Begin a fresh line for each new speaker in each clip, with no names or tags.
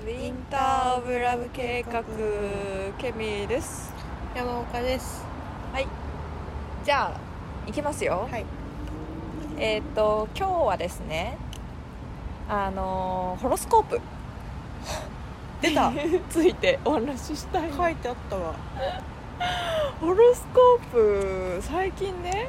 ウィンター・オブ・ラブ計画ケミーです
山岡です
じゃあ行きますよ、
はい
えーっと今日はですねあのーホロスコ ープ
出た
ついてお話ししたい
書いてあったわ
ホロスコープ最近ね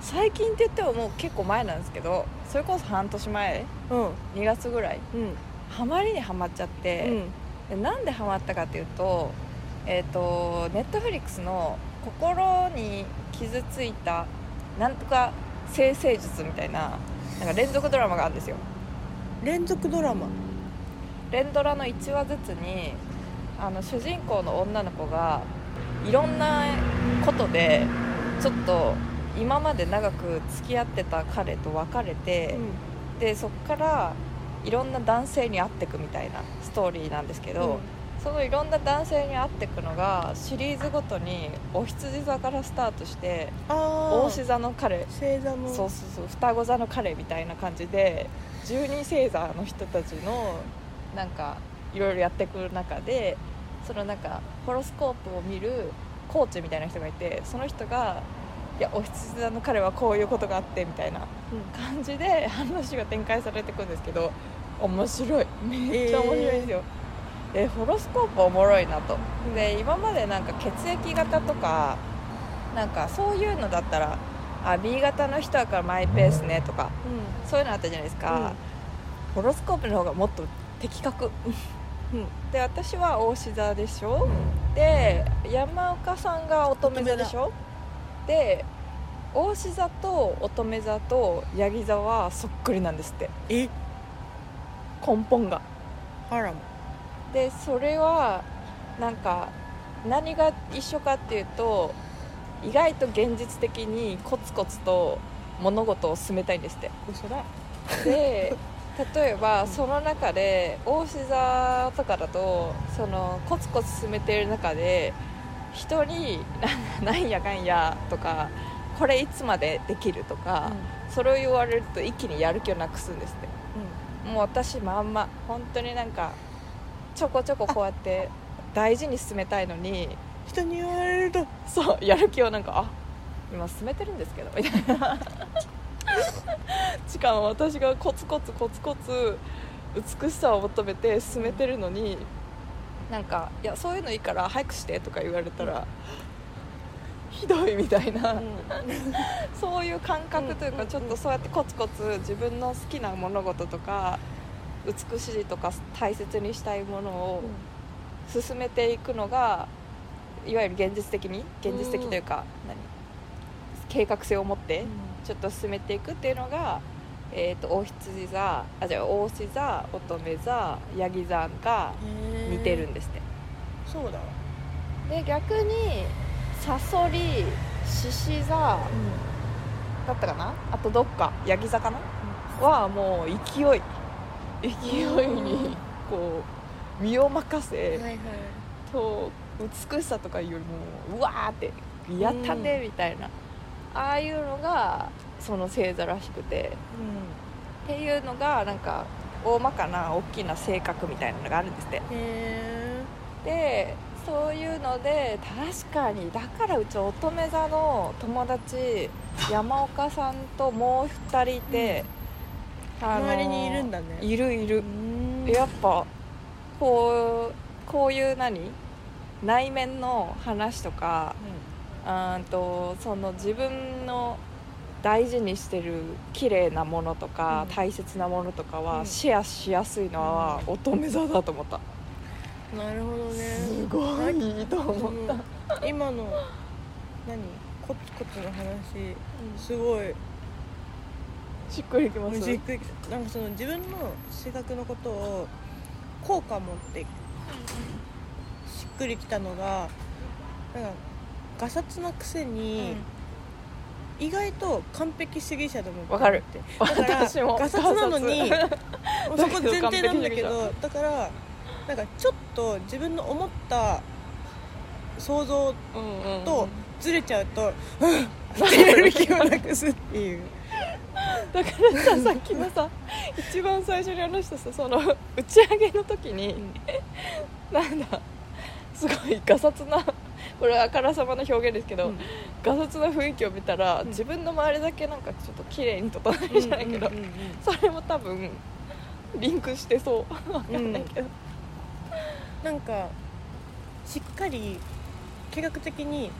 最近って言ってももう結構前なんですけどそれこそ半年前
うん
2月ぐらい
うん
ハマりにはまっちゃって、でなんでハマったかっていうとえっ、とネットフリックスの「心に傷ついたなんとか生成術」みたいななんか連続ドラマがあるんですよ
連続ドラマ
連ドラの1話ずつにあの主人公の女の子がいろんなことでちょっと今まで長く付き合ってた彼と別れて、でそこからいろんな男性に会ってくみたいなストーリーなんですけど、そのいろんな男性に会っていくのがシリーズごとにお羊座からスタートして
ああ
大志座の彼
星座の
そうそうそう双子座の彼みたいな感じで十二星座の人たちのなんかいろいろやってくる中でそのなんかホロスコープを見るコーチみたいな人がいてその人が「いやお羊座の彼はこういうことがあって」みたいな
うん
感じで話が展開されていくんですけど面白いめっちゃ面白いですよ、えホロスコープおもろいなとで今までなんか血液型とかなんかそういうのだったらあ B 型の人だからマイペースねとかそういうのあったじゃないですか、ホロスコープの方がもっと的確
うん
で私は大志座でしょで山岡さんが乙女座でしょで大志座と乙女座とヤギ座はそっくりなんですって
え
根本が
あらま
でそれはなんか何が一緒かっていうと意外と現実的にコツコツと物事を進めたいんですって
嘘だ
で例えばその中で大志座とかだとそのコツコツ進めてる中で人に「なんやかんや」とか「これいつまでできる」とか、それを言われると一気にやる気をなくすんですってもう私まんま本当になんかちょこちょここうやって大事に進めたいのに
人に言われると
そうやる気をなんかあ今進めてるんですけどみたいなしかも私がコツコツコツコツ美しさを求めて進めてるのになんか「いやそういうのいいから早くして」とか言われたら、ひどいみたいな、そういう感覚というか、
うん
ちょっとそうやってコツコツ自分の好きな物事とか美しいとか大切にしたいものを、進めていくのがいわゆる現実的に現実的というか、何計画性を持ってちょっと進めていくっていうのが、えー、と大羊座あじゃあ大牛座乙女座ヤギ座が似てるんですって、
そうだわ
で逆にサソリ獅子座だったかなあとどっかヤギ座かな、はもう勢い勢いにこう身を任せ、
いはい
と美しさとかいうよりもうわーってやったねみたいな、ああいうのがその星座らしくてっていうのがなんか大まかな大きな性格みたいなのがあるんですって
へえ
でそういうので確かにだからうち乙女座の友達山岡さんともう2人いて、あの
周りにいるんだね
いるいる、
うん
やっぱこうこういう何内面の話とかうーんとその自分の大事にしてる綺麗なものとか、
うん
大切なものとか
う
は
ん
シェアしやすいのは乙女座だと思った、
なるほどね
すごいいいと思った、
た今の何コツコツの話すごい
しっくりきます
じっくりなんかその自分の性格のことを効果持ってしっくりきたのがなんかガサツなくせに、意外と完璧主義者だもん
わかる
だからガ
私も
サツな のに
ガサ
もうそこ前提なん だけ
だ
どだからなんかちょっと自分の思った想像
ツ うんうんうん
とずれちゃうと「うん」ってやる気をなくすっていう
だからささっきのさ一番最初に話したさその打ち上げの時に、なんだすごいガサツなこれはあからさまな表現ですけど、
うん
ガサツな雰囲気を見たら、
ん
自分の周りだけなんかちょっと綺麗に整えるじゃないけど、
うんうんうん
それも多分リンクしてそうわかんないけど、
なんかしっかり計画的に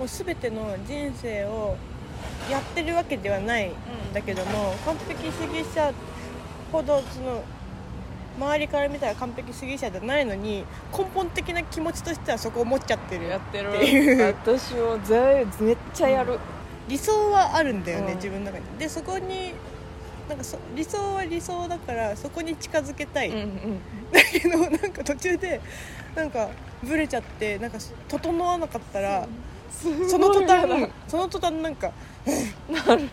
もう全ての人生をやってるわけではないんだけども、完璧主義者ほどその周りから見たら完璧主義者じゃないのに根本的な気持ちとしてはそこを持っちゃってる
やって
ってい
る
う
私もぜめっちゃやる、
理想はあるんだよ
う
ね、
ん
自分の中にでそこになんかそ理想は理想だからそこに近づけたい、
うんうん
だけどなんか途中でなんかブレちゃってなんか整わなかったら
すごい
その途端
嫌だ
その途端なんか
なる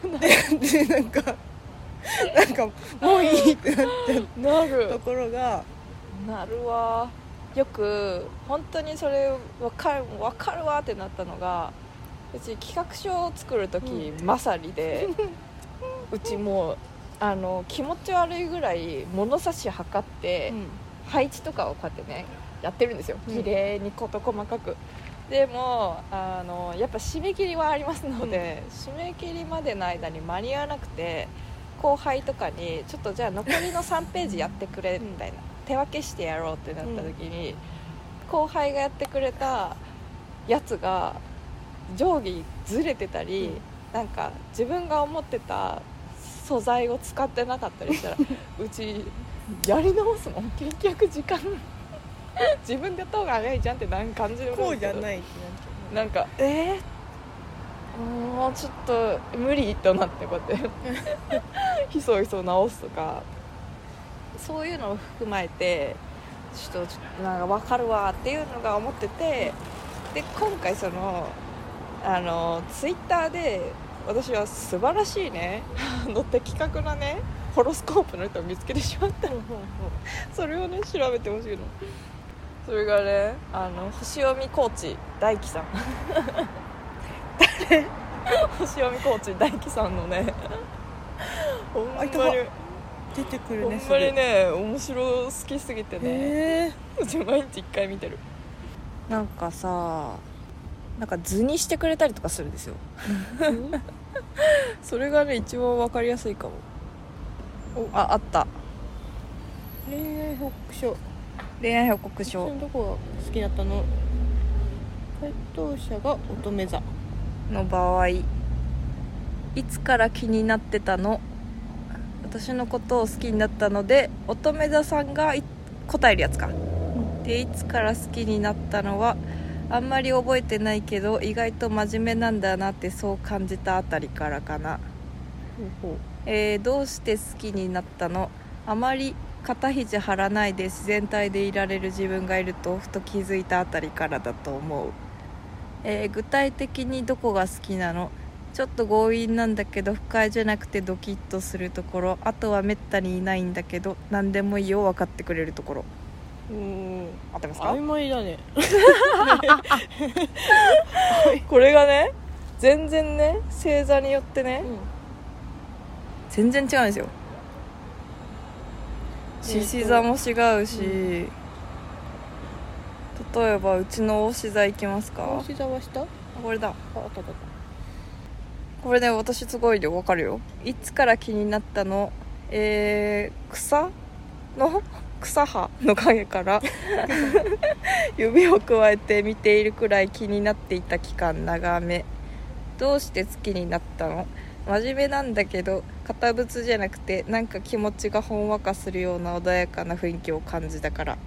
でなんかなんかもういいってなっちゃう
なる
ところが
なるわよく本当にそれ分かる分かるわってなったのがうち企画書を作る時、
う
まさりでうちもうあの気持ち悪いぐらい物差し測って、配置とかをこうやってねやってるんですよ
うん
綺麗に事細かく、でもあのやっぱ締め切りはありますので、締め切りまでの間に間に合わなくて後輩とかにちょっとじゃあ残りの3ページやってくれみたいな、手分けしてやろうってなった時に、後輩がやってくれたやつが定規ずれてたり、
うん
なんか自分が思ってた素材を使ってなかったりしたらうちやり直すもん結局時間自分でやった方が早いじゃんってなん感じる
こうじゃ
い
ないってなっ
なんかえー、もうちょっと無理となってこうやってひそひそ直すとかそういうのを踏まえてちょっとちょっとなんか分かるわっていうのが思っててで今回そのあのツイッターで私は素晴らしいねあの的確なねホロスコープの人を見つけてしまったのそれをね調べてほしいのそれがねあの星読みコーチ大輝さん誰 星読みコーチ大輝さんのね ほんま
あ
に
いたか出てく
ほ
るね
んまにね面白好きすぎて
すぐ
ね
へ
うち毎日1回見てるなんかさなんか図にしてくれたりとかするんですよ それがね一番わかりやすいかもおああった
ー恋愛報告書
恋愛報告書
私のどこが好きだったの回答者が乙女座
の場合いつから気になってたの私のことを好きになったので乙女座さんがい答えるやつか、でいつから好きになったのはあんまり覚えてないけど意外と真面目なんだなってそう感じたあたりからかなえーどうして好きになったのあまり肩肘張らないで自然体でいられる自分がいるとふと気づいたあたりからだと思う、えー具体的にどこが好きなのちょっと強引なんだけど不快じゃなくてドキッとするところあとはめったにいないんだけど何でもいいよ分かってくれるところ
うん
合ってますか
曖昧だね
これがね全然ね星座によってね全然違うんですよ獅子座も違うし、例えばうちの牡子座行きますか
星座は下あ
これだ
あったあったあった
これで私すごいよわかるよいつから気になったのえー、草の 草葉の影から 指をくわえて見ているくらい気になっていた期間長めどうして好きになったの真面目なんだけど堅物じゃなくてなんか気持ちがほんわかするような穏やかな雰囲気を感じたから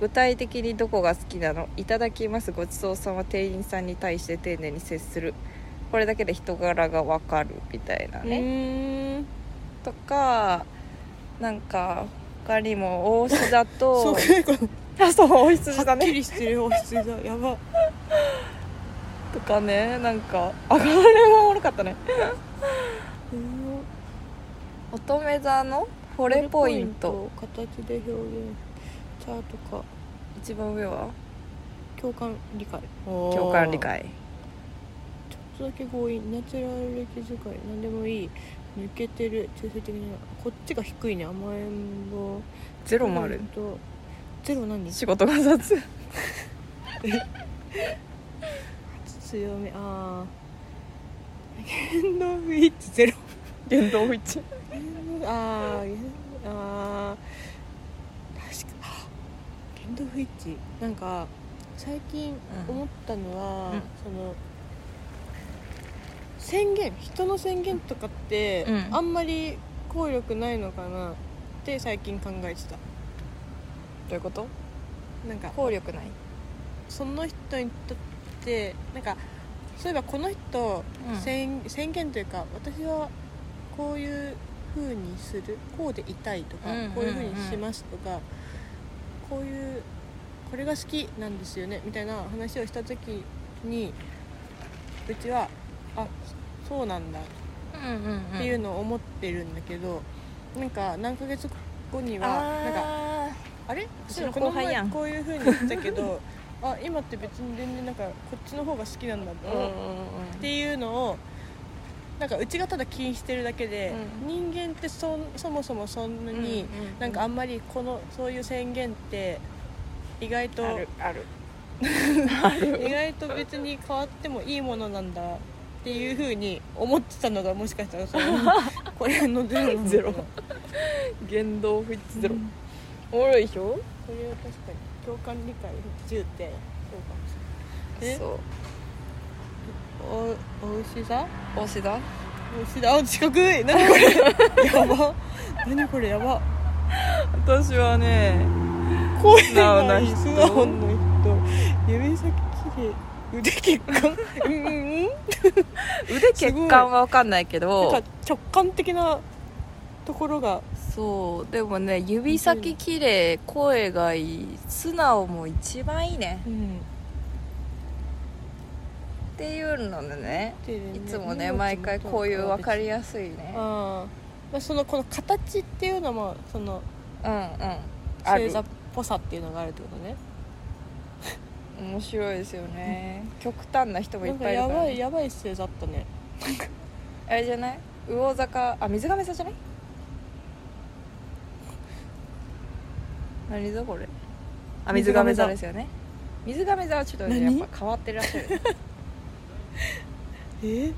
具体的にどこが好きなのいただきますごちそうさま店員さんに対して丁寧に接するこれだけで人柄がわかるみたいなね、
ね
とかなんか他にも大志だ
そ う
と
かこの
あそう大志
は
だ
っき
ね
りしてるお羊座やば
とかねなんかあこれもおもろかったね乙女座のフォレポイント
これポイント形で表現チャートか
一番上は
共感理解
共感理解
ちょっとだけ強引ナチュラル歴使い何でもいい抜けてる中性的なこっちが低いね甘えん坊
ゼ
ゼ
ロもある
ゼロ何
仕事が雑
強めああ言動不一致ゼロ
言動不一致
言動ああ言動あー確かあ言動不一致なんか最近
うん
思ったのは、
うん
その宣言人の宣言とかって、
うん
あんまり効力ないのかなって最近考えてた
どういうこと
なんか
効力ない
その人にとってなんかそういえばこの人、
うん
宣宣言というか私はこういう風にするこうでいたいとか、
うんうんうん
こういう風にしますとかこういうこれが好きなんですよねみたいな話をした時にうちはあそうなんだっ
うんうん
ていうのを思ってるんだけど、なんか何ヶ月後にはなんか
あ
あれ
うちの後輩やん
この前こういうふうに言ってた けどあ今って別に全然なんかこっちの方が好きなんだ
ー
と、
うんうん
っ
うん
ていうのをなんかうちがただ気にしてるだけで、人間ってそんそもそもそんなに、なんかあ
ま
んまりこのそういう宣言って意外と
あるある
意外と別に変わってもいいものなんだっていうふうに思ってたのがもしかしたらその これのゼロなのかな
ゼロ言動不一致ゼロ、
うん
おもろいでしょ
これは確かに共感理解10点そうかもしれないえ
そう
おお牛座
大志だ
お牛座あ四角い何これ やば何これやば
私はね
声
なお
が
ない人
素直の人指先きれい腕血管うんうんなん
腕血管は分かんないけど
か直感的なところが
そうでもね指先綺麗声がいい素直も一番いいね
うん
っていうのでね
でね
いつもね毎回こういう分かり
や
やすいね
あー、まあ、そのこの形っていうのもその
うんうんあ
星
る
座っぽさっていうのがあるってことね
面白いですよね極端な人もいっ
なんか
ぱいいる
や
から
ば
ね、
いやばい星座あったね
あれじゃない魚坂あ水亀座じゃない何座これあ水
水
亀
亀
座
座
ですよね水亀座はちょっとね
何
やっぱ変わってらっしゃ る
えうん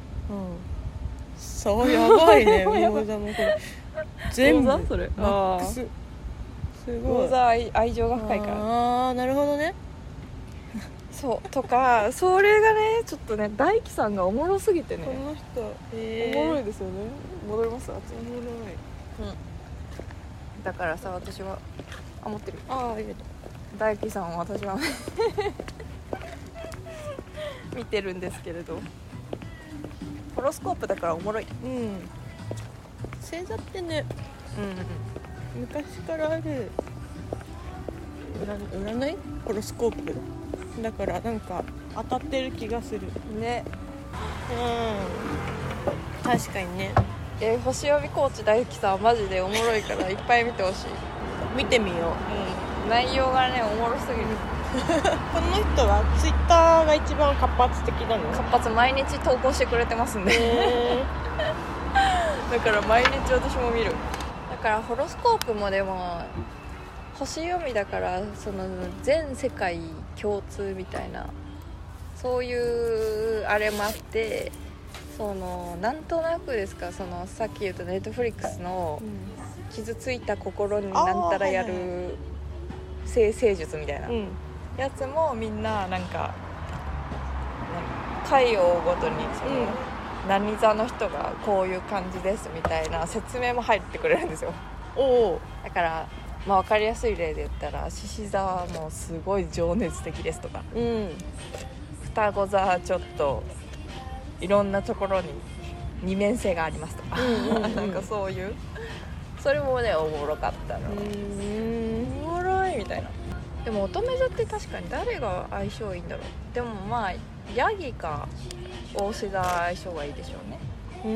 そうやば いね
やばいやばい
魚座もこれ全部
魚座それ
マック
あ
スす
魚
ごい
座は愛愛情が深いから
ああなるほどね
そうとかそれがねちょっとね大輝さんがおもろすぎてね
この人
おもろ
い
いですよね戻りますあっち
おもろい
だからさ私はあ持ってる
ああ入れた
大輝さんを私は 見てるんですけれどホロスコープだからおもろい
うん星座ってね
う
昔からある占占いホロスコープだからなんか当たってる気がするうん
んね
確かにね
え星読みコーチ大輝さんマジでおもろいからいっぱい見てほしい、
見てみよう
内容がねおもろすぎる
この人はツイッターが一番活発的なの
活発毎日投稿してくれてますんで
へ
だから毎日私も見るだからホロスコープもでも星読みだからその全世界共通みたいなそういうあれもあってそのなんとなくですかそのさっき言ったネットフリックスの
ー
傷ついた心になんたらや
あーはいは
る生成術みたいな
うん
やつもみんななんかなんか回を追うごとにその、
うん
何座の人がこういう感じですみたいな説明も入ってくれるんですよ
おお
だから、まあ、分かりやすい例で言ったら獅子座はもうすごい情熱的ですとか
うん
双子座はちょっといろんなところに二面性がありますとか、
うんうんうん
なんかそういうそれもねおもろかったの、
うん
おもろいみたいなでも乙女座って確かに誰が相性いいんだろうでもまあヤギか大志座相性がいいでしょうね
う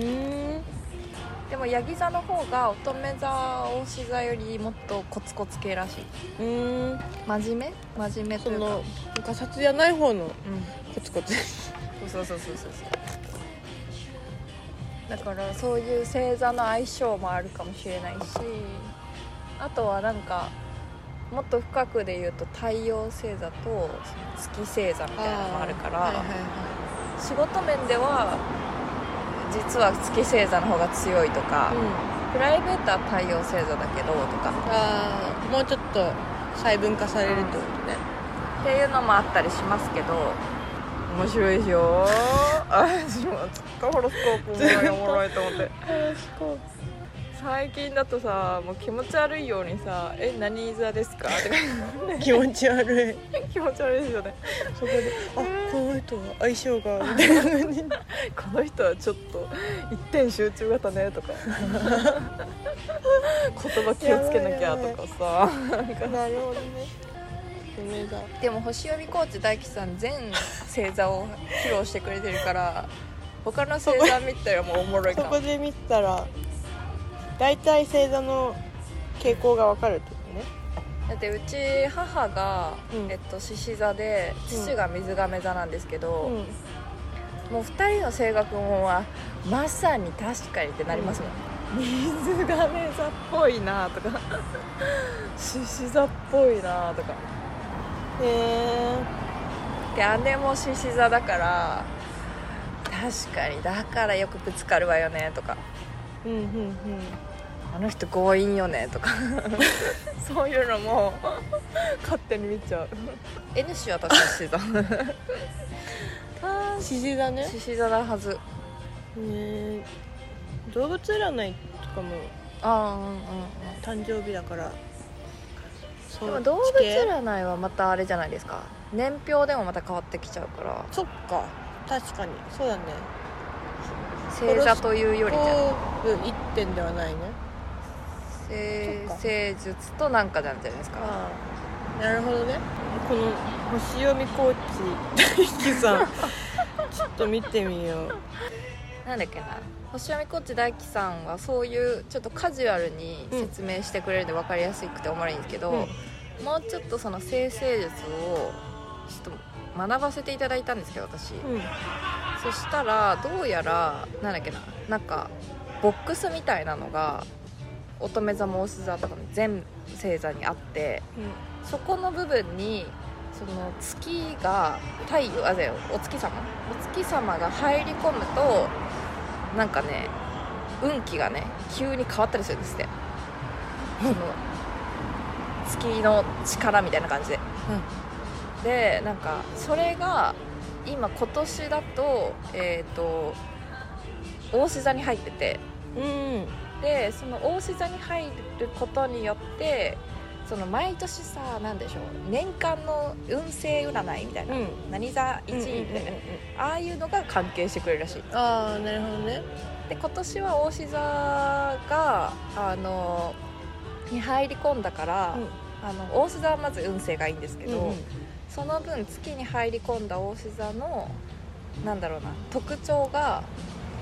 ん
でもヤギ座の方が乙女座大志座よりもっとコツコツ系らしい
うん
真面目真面目と
そ
いうか
のガサツじゃない方の
うん
コツコツ
そうそうそうそうそうだからそういう星座の相性もあるかもしれないしあとはなんかもっと深くで言うと太陽星座と月星座みたいなのもあるから、
はいはい
仕事面では実は月星座の方が強いとか、
はい、うん、
プライベートは太陽星座だけどとか
あーもうちょっと細分化されるってことね、
っていうのもあったりしますけど面白いでしょあずっとホロスコープおもろいおもろいと思って最近だとさもう気持ち悪いようにさ「え何座ですか?」とか
気持ち悪い
気持ち悪いですよね
そこで「あこの人は相性が」みたいな感じ
この人はちょっと一点集中型ねとか言葉気をつけなきゃとかさ
なるほどね夢だ
でも星読みコーチ大吉さん全星座を披露してくれてるから他の星座見たらもうおもろい
そ
かも
こで見たら大体星座の傾向がわかるってことね
だってうち母が、
うん
えっと獅子座で父が水亀座なんですけど、
うん
もう2人の性格もはまさに確かにってなりますもん、水亀座っぽいなと か獅子座っぽいなとか
え
で姉も獅子座だから確かにだからよくぶつかるわよねとか
ー、うんうんうん
あの人強引よねとか そういうのも勝手に見ち ゃう N 氏は確か 獅子座あ
獅子座ね
獅子座なはず
ね動物占いとかも
あうんうん
誕生日だからそ
で
う
も動物
地形
占いはまたあれじゃないですか年表でもまた変わってきちゃうから
そっか確かにそうだね
星座というよりじゃ
頭部一点ではないね
星
そっか
星術となんかなんじゃないですか
ああなるほどねこの星読みコーチ大輝 さんちょっと見てみよう
なんだっけな星読みコーチ大樹さんはそういうちょっとカジュアルに説明してくれるんで分かりやすくておもろいんですけど、もうちょっとその生成術をちょっと学ばせていただいたんですけど私、
うん
そしたらどうやらなんだっけななんかボックスみたいなのが乙女座もお座とかの全星座にあってそこの部分にその月が太陽あじゃあお月様お月様が入り込むとなんかね運気がね急に変わったりするんですってその月の力みたいな感じで、でなんかそれが今今年だとえっ、と大志座に入ってて
うんうん
でその大志座に入ることによってその毎年さ何でしょう年間の運勢占いみたいな、
うん
何座1位みたいな、ああいうのが関係してくれるらしい
ああなるほどね
で今年は大志座があのに入り込んだから、あの大志座はまず運勢がいいんですけど、
うんうん
その分月に入り込んだ大志座のなんだろうな特徴が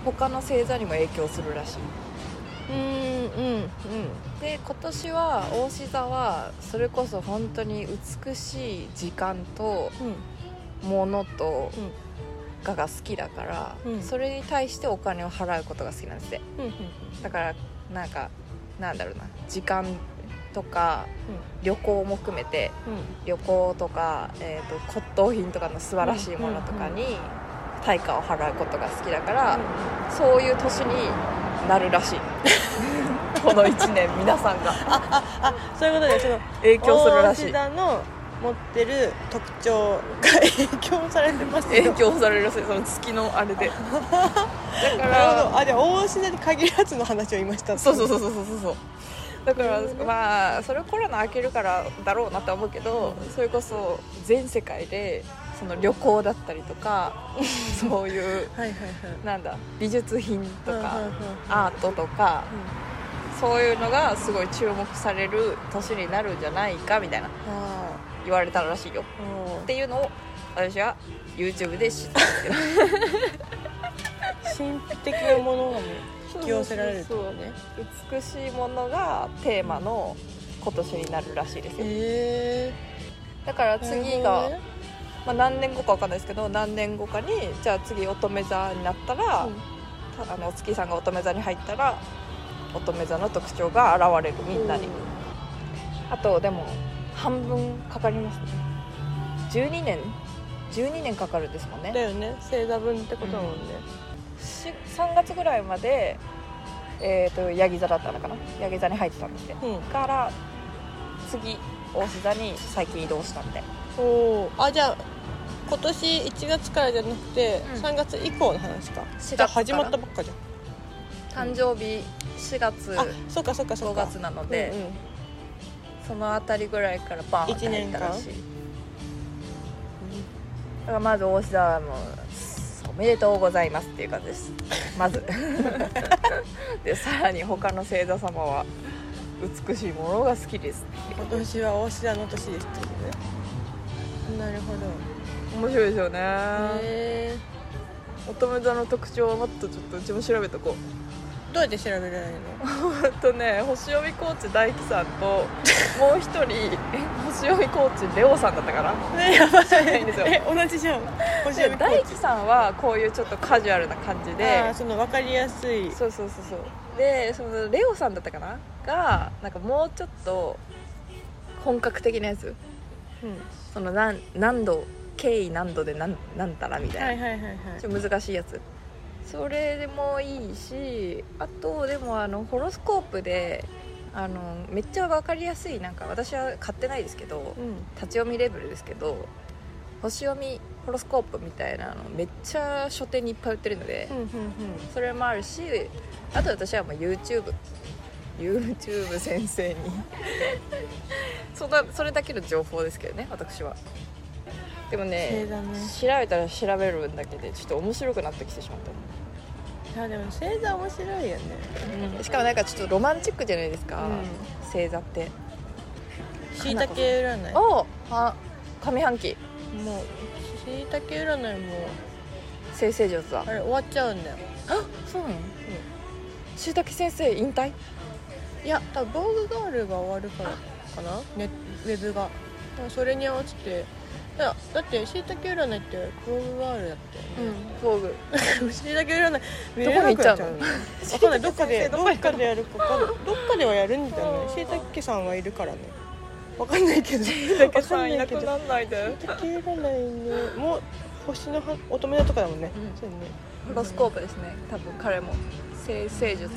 他の星座にも影響するらしい
うんうんうん
で今年は大志座はそれこそ本当に美しい時間と
うん
物と
うん
がが好きだから、
うん
それに対してお金を払うことが好きなんですって
うんうん
だからなんかなんだろうな時間とか旅行も含めて旅行とか、えー、と骨董品とかの素晴らしいものとかに対価を払うことが好きだから、そういう年になるら しいこの1年皆さんが
あそういうことでその
影響するらし
大
い
橋田の持ってる特徴が影響されてますよ
影響されるらしいその月のあれでだか
なる
ら
ほどあじゃあ大橋田に限らずの話を今した
そうそう
う
そうそうそうそうそうだから
なるほどね
まあそれはコロナ明けるからだろうなとは思うけどそれこそ全世界でその旅行だったりとかそういう
はいはい
なんだ美術品と
はい
か
うんうんうん
アートとか
うん
そういうのがすごい注目される年になるんじゃないかみたいな
あ
言われたらしいよ
あも
っていうのを私は YouTube で知ったんですけど
う神秘的なものがね引き寄せられるってことね
美しいものがテーマの今年になるらしいですよ
へ
だから
え
次が、まあ、何年後か分かんないですけど何年後かにじゃあ次乙女座になったら、
うん
太あのお月さんが乙女座に入ったら乙女座の特徴が現れるみんなに、あとでも半分かかりますね12年12年かかるんですもん
だ
ね
よね星座分ってことだもんね、
し3月ぐらいまでえっ、とヤギ座だったのかなヤギ座に入ってたんですよ
うん
から次大志座に最近移動したんで
おーあじゃあ今年1月からじゃなくて、
うん
3月以降の話か
4月か
じゃ
ら
あ始まったばっかじゃ
誕生日4月
んあそうかそうかそ
5
うか
月なので、そのあたりぐらいからバーンって入ったらしいだからまず大志座はもうおめでとうございますっていう感じですま ずでさらに他の星座様は美しいものが好きです
うん今年は大志田の年ですってことねなるほど
面白いですよね、
へえ
乙女座の特徴をもっとちょっとうちも調べとこう
どうやって調べられる
ほんとね星読みコーチ大輝さんともう一人 星読みコーチレオさんだったかな
の えやばい
いんですよ
え同じじゃん星読
で
みコー
大
チ
輝さんはこういうちょっとカジュアルな感じで
あーその分かりやすい
そうそうそうそうでそのレオさんだったかながなんかもうちょっと本格的なやつ
うん
その何何度経緯何度で何何たらみたいな、
はいはいはいはい
ちょっと難しいやつそれでもいいしあとでもあのホロスコープであのめっちゃ分かりやすいなんか私は買ってないですけど
うん
立ち読みレベルですけど星読みホロスコープみたいなのめっちゃ書店にいっぱい売ってるので、
うんうん
それもあるしあと私はもう YouTube YouTube 先生に そんなそれだけの情報ですけどね私はでも
星
ね
座ね
調べたら調べるんだけでちょっと面白くなってきてしまった
いやでも星座面白いよね
の、しかもなんかちょっとロマンチックじゃないですか、
うん
星座って
しいたけ占い
おあ上半期
もうしいたけ占いも
先生上手だ
あれ終わっちゃうんだよ
あそうなのしいたけ先生引退
いや多分ボーグガールが終わるからかなネウェブがだからそれに合わせていやだってしいたけ占いってボーグガールだったよね
防具
しいたけ占い見
どこに行っちゃうの
れなくな わかんないどっかでどっかでやるかわかんないどっかではやるんじゃないしいたけさんはいるからねわかんない けどしいた
おさんいなく
しい
なんないで
たけ占いねもう星のは乙女座とかだもんね、
うん
そうね
ホロスコープですね多分彼も性生術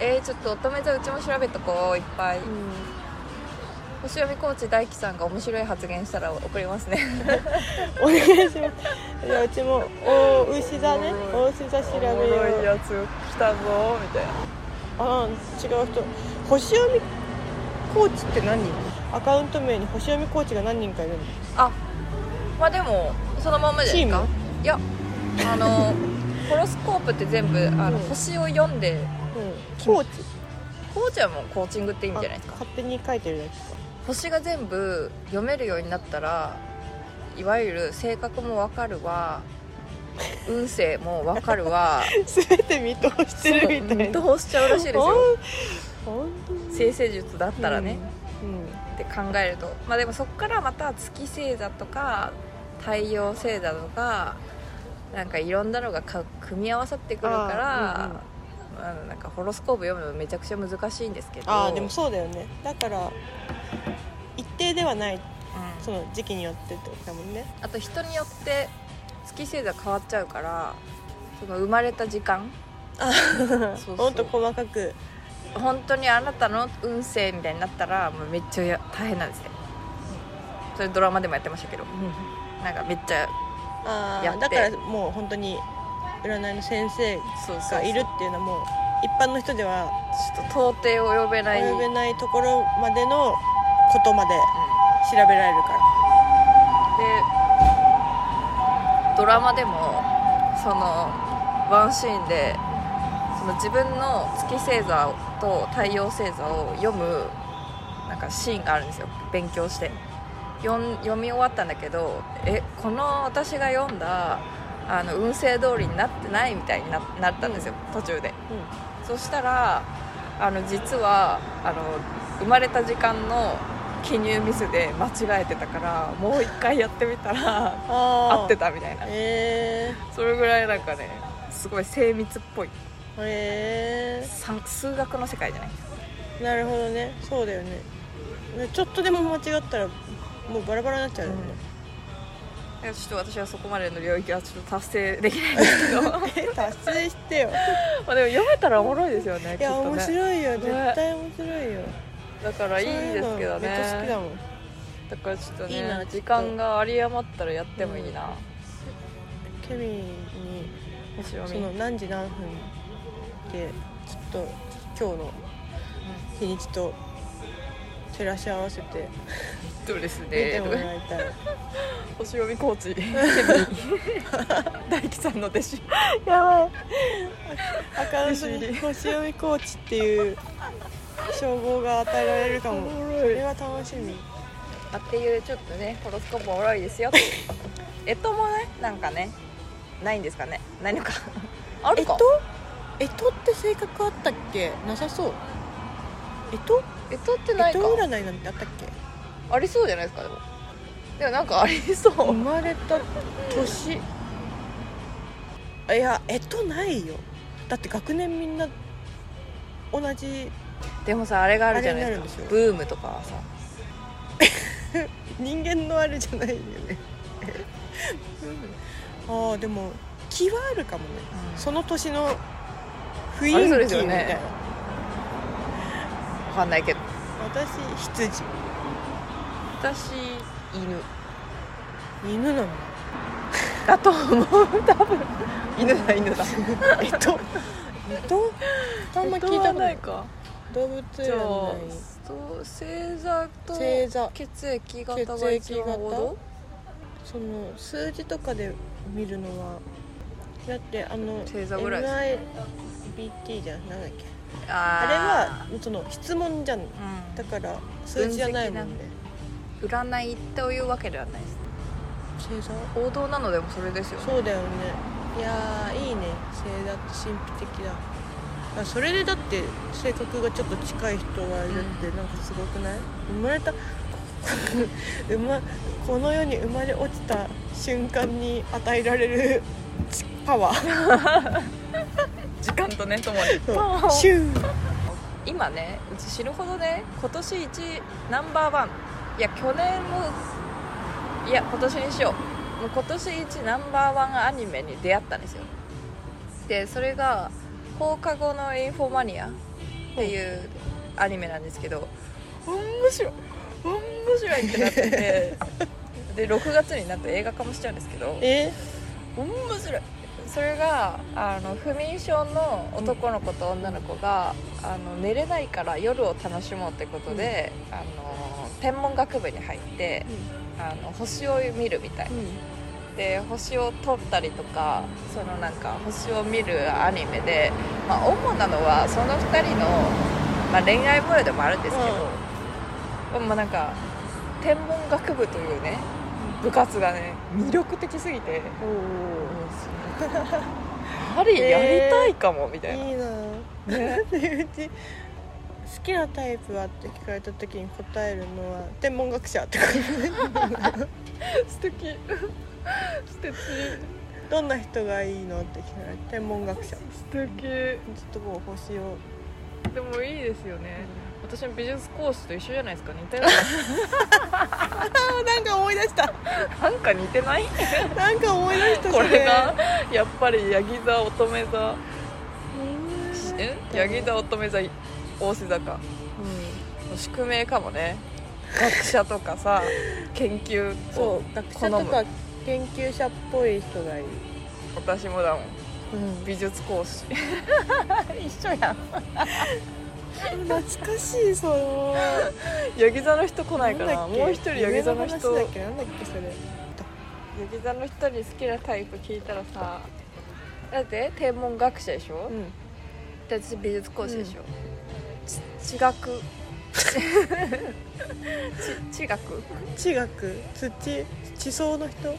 えー、ちょっと乙女座うちも調べとこういっぱい
うん、うん
星読みコーチ大輝さんが面白い発言したら送りますね
お願いします。じゃあうちもお牛座ね、
おも
お牛座調べよう。
やつ来たぞみたいな
ああ違う人。星読みコーチって何人？アカウント名に星読みコーチが何人かいるの？
あまあでもそのまんまじゃないですか
チ
いやあの ホロスコープって全部あの
うん
星を読んで
うん。コーチ。
コーチはもうコーチングって意味じゃないです
あ
か
勝手に書いてるやつか。
星が全部読めるようになったらいわゆる性格もわかるわ運勢もわかる わ
すべて見通してるみたいな。
どうしちゃうらしいですよ
ほん。ほんと
生成術だったらね、
うん。
って考えるとまあでもそこからまた月星座とか太陽星座とかなんかいろんなのがか組み合わさってくるからまあなんかホロスコープ読むのめちゃくちゃ難しいんですけど
ああでもそうだよね。だから一定ではない
うん
その時期によってってことだもんね。
あと人によって月星座変わっちゃうからその生まれた時間 そう
もっと細かく。
本当にあなたの運勢みたいになったらもうめっちゃや大変なんですねそれドラマでもやってましたけどなんかめっちゃ
あ
やっ
あ
て
だからもう本当に占いの先生
そう
がい
いる
るっていうのはもう一般の人では
ちょっと到底及べない、
及
う
べ
ん
ないところまでのことまで調べられるから
でドラマでもそのワンシーンでその自分の月星座と太陽星座を読むなんかシーンがあるんですよ勉強して読ん読み終わったんだけどえこの私が読んだあの運勢通りになってないみたいにななったんですよ、途中でそしたらあの実はあの生まれた時間の記入ミスで間違えてたからもう一回やってみたら
あ
合ってたみたいな
え
それぐらいなんかねすごい精密っぽい
ー、え
算数学の世界じゃない
ー、なるほどねそうだよねねちょっとでも間違ったらもうバラバラになっちゃうよね、
いやちょっと私はそこまでの領域はちょっと達成できないんですけど ま
え達成して よ
あでも読めたらおもろいですよね
いや
きっとね
面白いよ
ね
絶対面白いよ
だからいいですけどね
そういうのめっちゃ好きだもん
だからちょっとね
いいなちょっと
時間が有り余ったらやってもいいな、
ケミンに
星読
そ
み
の何時何分でちょっと今日の日にちと照らし合わせて
そうですね
見てもらいたい、
星読みコーチケビン大樹さんの弟子やばい
アカウントに
弟子入り
星読みコーチっていう称号が与えられるかも
おも
そ
ろい
れは楽しみ
あっていうちょっとねホロスコープおもろいですよ えともねなんかねないんですかねないのか あ
え
る
っと
か
えっとって性格あったっけなさそうえっと
えとってな
え
い
っと
か
占いなんてあったっけ
ありそうじゃないですかでもでもなんかありそう、
生まれた年あいやえっとないよだって学年みんな同じ
でもさあれがあるじゃない
あれ
で
に
すか
なるんでしょ
ブームとかさ
人間のあれじゃないよね ああでも気はあるかもねその年の雰
あれそう
囲
で
気み
すよ
たいな、
ね分かんないけど
私羊
私犬
犬なの
だと思う多分犬だ犬だ
えっと えっとあんま聞いたことない
か
動物
じゃあ
占い
そう星座と
星座
血液型が一番王道
その数字とかで見るのはだってあの
星座ぐらいです
MIBT じゃんなんだっけあれは
あ
その質問じゃん
れは、
だから数字じゃないもんね
うん、占いというわけではないです
星座
王道なのでもそれですよね
そうだよねいやーいいね星座って神秘的だあそれでだって性格がちょっと近い人がいるってなんかすごくない、生まれた 生まこの世に生まれ落ちた瞬間に与えられる ちパワー
時間とねともに
そうシュー
今ねうち死ぬほどね今年1ナンバーワンいや去年もいや今年にしようもう今年1ナンバーワンアニメに出会ったんですよでそれが放課後のインフォマニアっていうアニメなんですけど面白い面白いってなっててで6月になって映画化もしちゃうんですけど
え
面白いそれがあの不眠症の男の子と女の子が、あの寝れないから夜を楽しもうってことで、あの天文学部に入ってあの星を見るみたい
うん
で星を撮ったりとかそのなんか星を見るアニメで、まあ、主なのはその2人の、まあ、恋愛模様でもあるんですけど、まあ、なんか天文学部というね部活がね魅力的すぎて。
おお
ありやりたいかもみたいな、
いいなぁ
ね
でうち好きなタイプはって聞かれた時に答えるのは天文学者ってこと
素敵素敵
どんな人がいいのって聞かれて天文学者ちょ
素敵で
っとこう星を
もいいですよね私の美術講師と一緒じゃないですか似た よう
あなんか思い出した
ななんか似てない
なんか思い出した
これが やっぱりヤギ座乙女座えヤギ座
を
乙女座大志座か宿命かもね学者とか さ研究
そ
を
う学
好
者
む
とか研究者っぽい人がいい、
私もだもん
うん、
美術講師 一緒やん
懐かしいその
ヤギ座の人来ないかなもう一人ヤギ座の人
だっけなんだっけそれ
ヤギ座の人に好きなタイプ聞いたらさだって天文学者でしょ、
うん
で私美術講師でしょ、ち地学 ち地学
地学土地層の人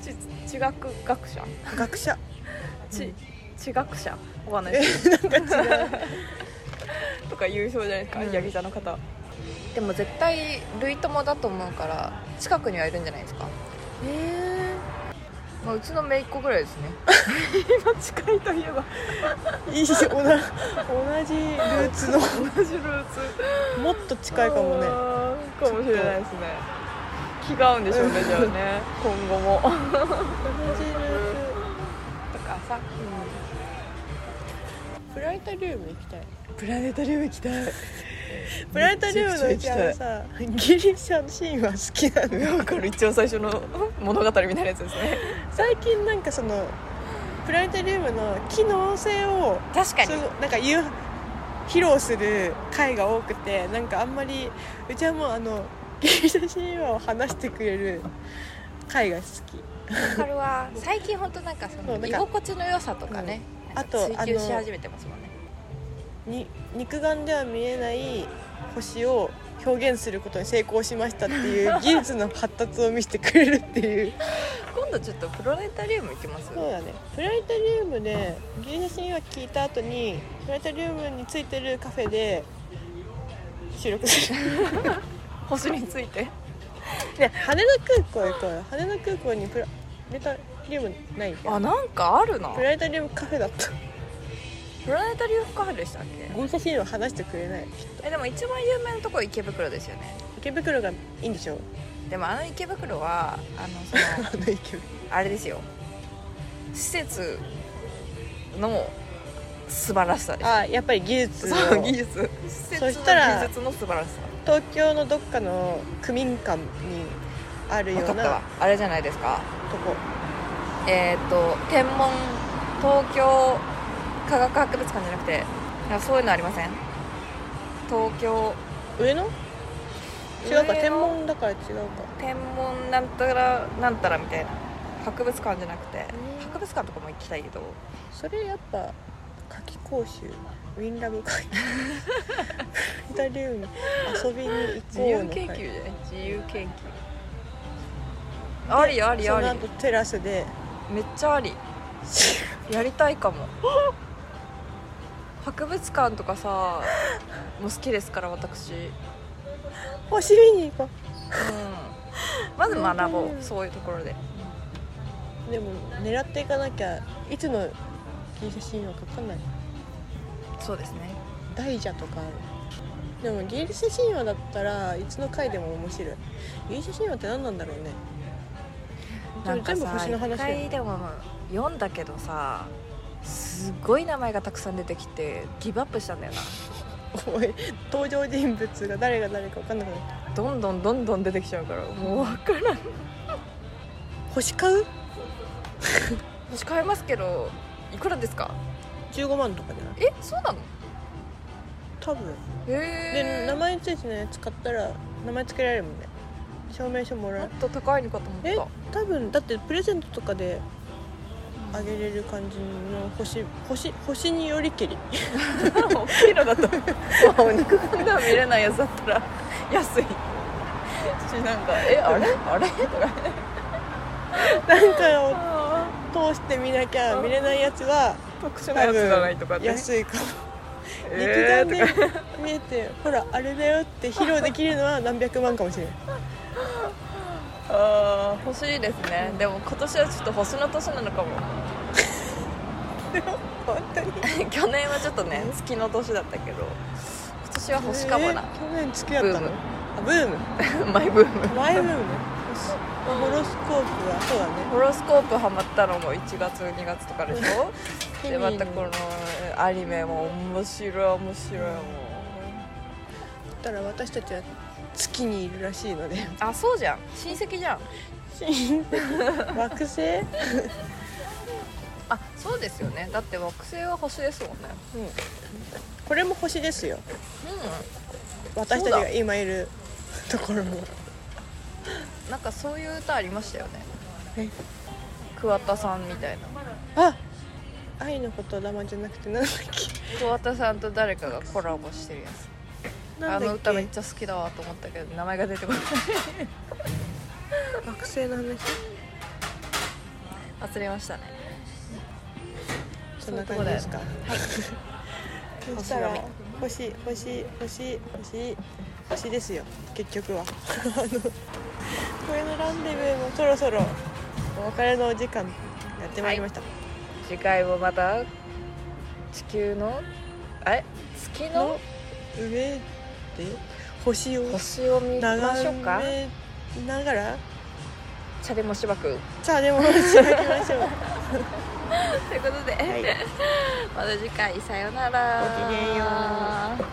ち地学学者
学者
ち、
うん
地学者わかんないです とか言うそうじゃないですか、
うん
ヤギ座の方でも絶対類友だと思うから近くにはいるんじゃないですか、
え
まあ、うちの姪っ子ぐらいですね
今近いといえばいい同同じルーツの
同じルーツ
もっと近いかもね
か
もしれな
で
い
すね気が合うんでしょうねじゃあね今後も
同じルー
とかさ
ツプラネタリウム行きたい
プラネタリウム行きたい
プラネタリウムのうちあのさギリシャのシーンは好きなのよ
わかる一応最初の物語みたいなやつですね
最近なんかそのプラネタリウムの機能性を
確かに
そうなんか言う披露する回が多くてなんかあんまりうちはもうあのギリシャ神話を話してくれる回が好き
わかるわ最近本当なんかそ
そう
の
なんか
居心地の良さとかね、
ん
なんか
あと
追求し
あの
始めてますもんね
に肉眼では見えない星を表現することに成功しましたっていう技術の発達を見せてくれるっていう
今度ちょっとプラネタリウム行きます
そうだねプラネタリウムでギリシャ神話聞いた後にプラネタリウムについてるカフェで収録する
星について
ね羽田空港行こうよ羽田空港にプラネタリウムない
あなんかあるな
プラネタリウムカフェだった
プラネタリウムカフェでしたっけ
ギリシャ神話話してくれない
えでも一番有名なとこは池袋ですよね
池袋がいいんでしょ
でもあの池袋はあのそ の
あの池袋
あれですよ施設の素晴らしさです
あやっぱり技術を
そう技術施設の
そしたら
技術の素晴らしさ
東京のどっかの区民館にあるよ
分か
う
った
な
わあれじゃないですか
とこ
えっ、と天文東京科学博物館じゃなくてなんかそういうのありません東京
上野違うか
上野
天文だから違うか
天文なんたらなんたらみたいな博物館じゃなくて博物館とかも行きたいけど
それやっぱ夏季講習ウィンラ ブ会プラネタリウム遊びに行こうの
自由研究じゃない自由研究ありあり
その
あり
後テラスで
めっちゃありやりたいか も博物館とかさもう好きですから私、うん、
星見に行こう
まず学ぼ
う
うんそういうところで
でも狙っていかなきゃいつのギリシャ神話か分かんない
そうですね
大蛇とかあるでもギリシャ神話だったらいつの回でも面白いギリシャ神話って何なんだろうね
なんか
全部
さ
星の
一
話だよ
回でも読んだけどさすごい名前がたくさん出てきてギブアップしたんだよな
おい登場人物が誰が誰か分かんなくなった
どんどんどんどん出てきちゃうからもう分からん
星買う
私買えますけどいくらですか
?15 万とかじゃない
えそうなの
多分
へ
で
え
名前ついてないやつ買ったら名前つけられるもんね証明書もら
もっ
う
と高いのかと思った
え多分だってプレゼントとかであげれる感じの星星星によりけり
大きいのだと肉眼では見れないやつだったら 安いしなんか「えあれあれ?」とか
なんかを通して見なきゃ見れないやつは
特殊なやつじゃないとかね
安いかも、
えー
肉眼で見えてほらあれだよって披露できるのは何百万かもしれない
あー欲しいですねでも今年はちょっと星の年なのかも
本当に
去年はちょっとね月の年だったけど今年は星かもな
え、ー去年付き合ったの
ブーム
あブーム
マイブーム
マイブームね星ホロスコープはそうだね
ホロスコープハマったのも1月2月とかでしょでまたこ
れ
のアニメも面白い面白いもう
たら私たちは月にいるらしい ので
あそうじゃん親戚じゃん
惑星
あそうですよねだって惑星は星ですもんね
これも星ですよ
う
私たちが今いるところも
んなんかそういう歌ありましたよね
え
桑田さんみたいな
あ愛の言霊じゃなくてなんだっけ
桑田さんと誰かがコラボしてるやつ
な
あ
んだっけ
の歌めっちゃ好きだわと思ったけど名前が出 てこない
学生の話
忘れましたね
そんな感じですか。そしたら
星
星星星星推しですよ結局はあの声のランデブーもそろそろお別れのお時間やってまいりました、
次回もまた地球のえ月の
の上で星を
星を見ましょうか
眺めながら
チャレもしばく
さあでも星を行きましょう
ということで、
はい
また次回さようなら
ごきげんよう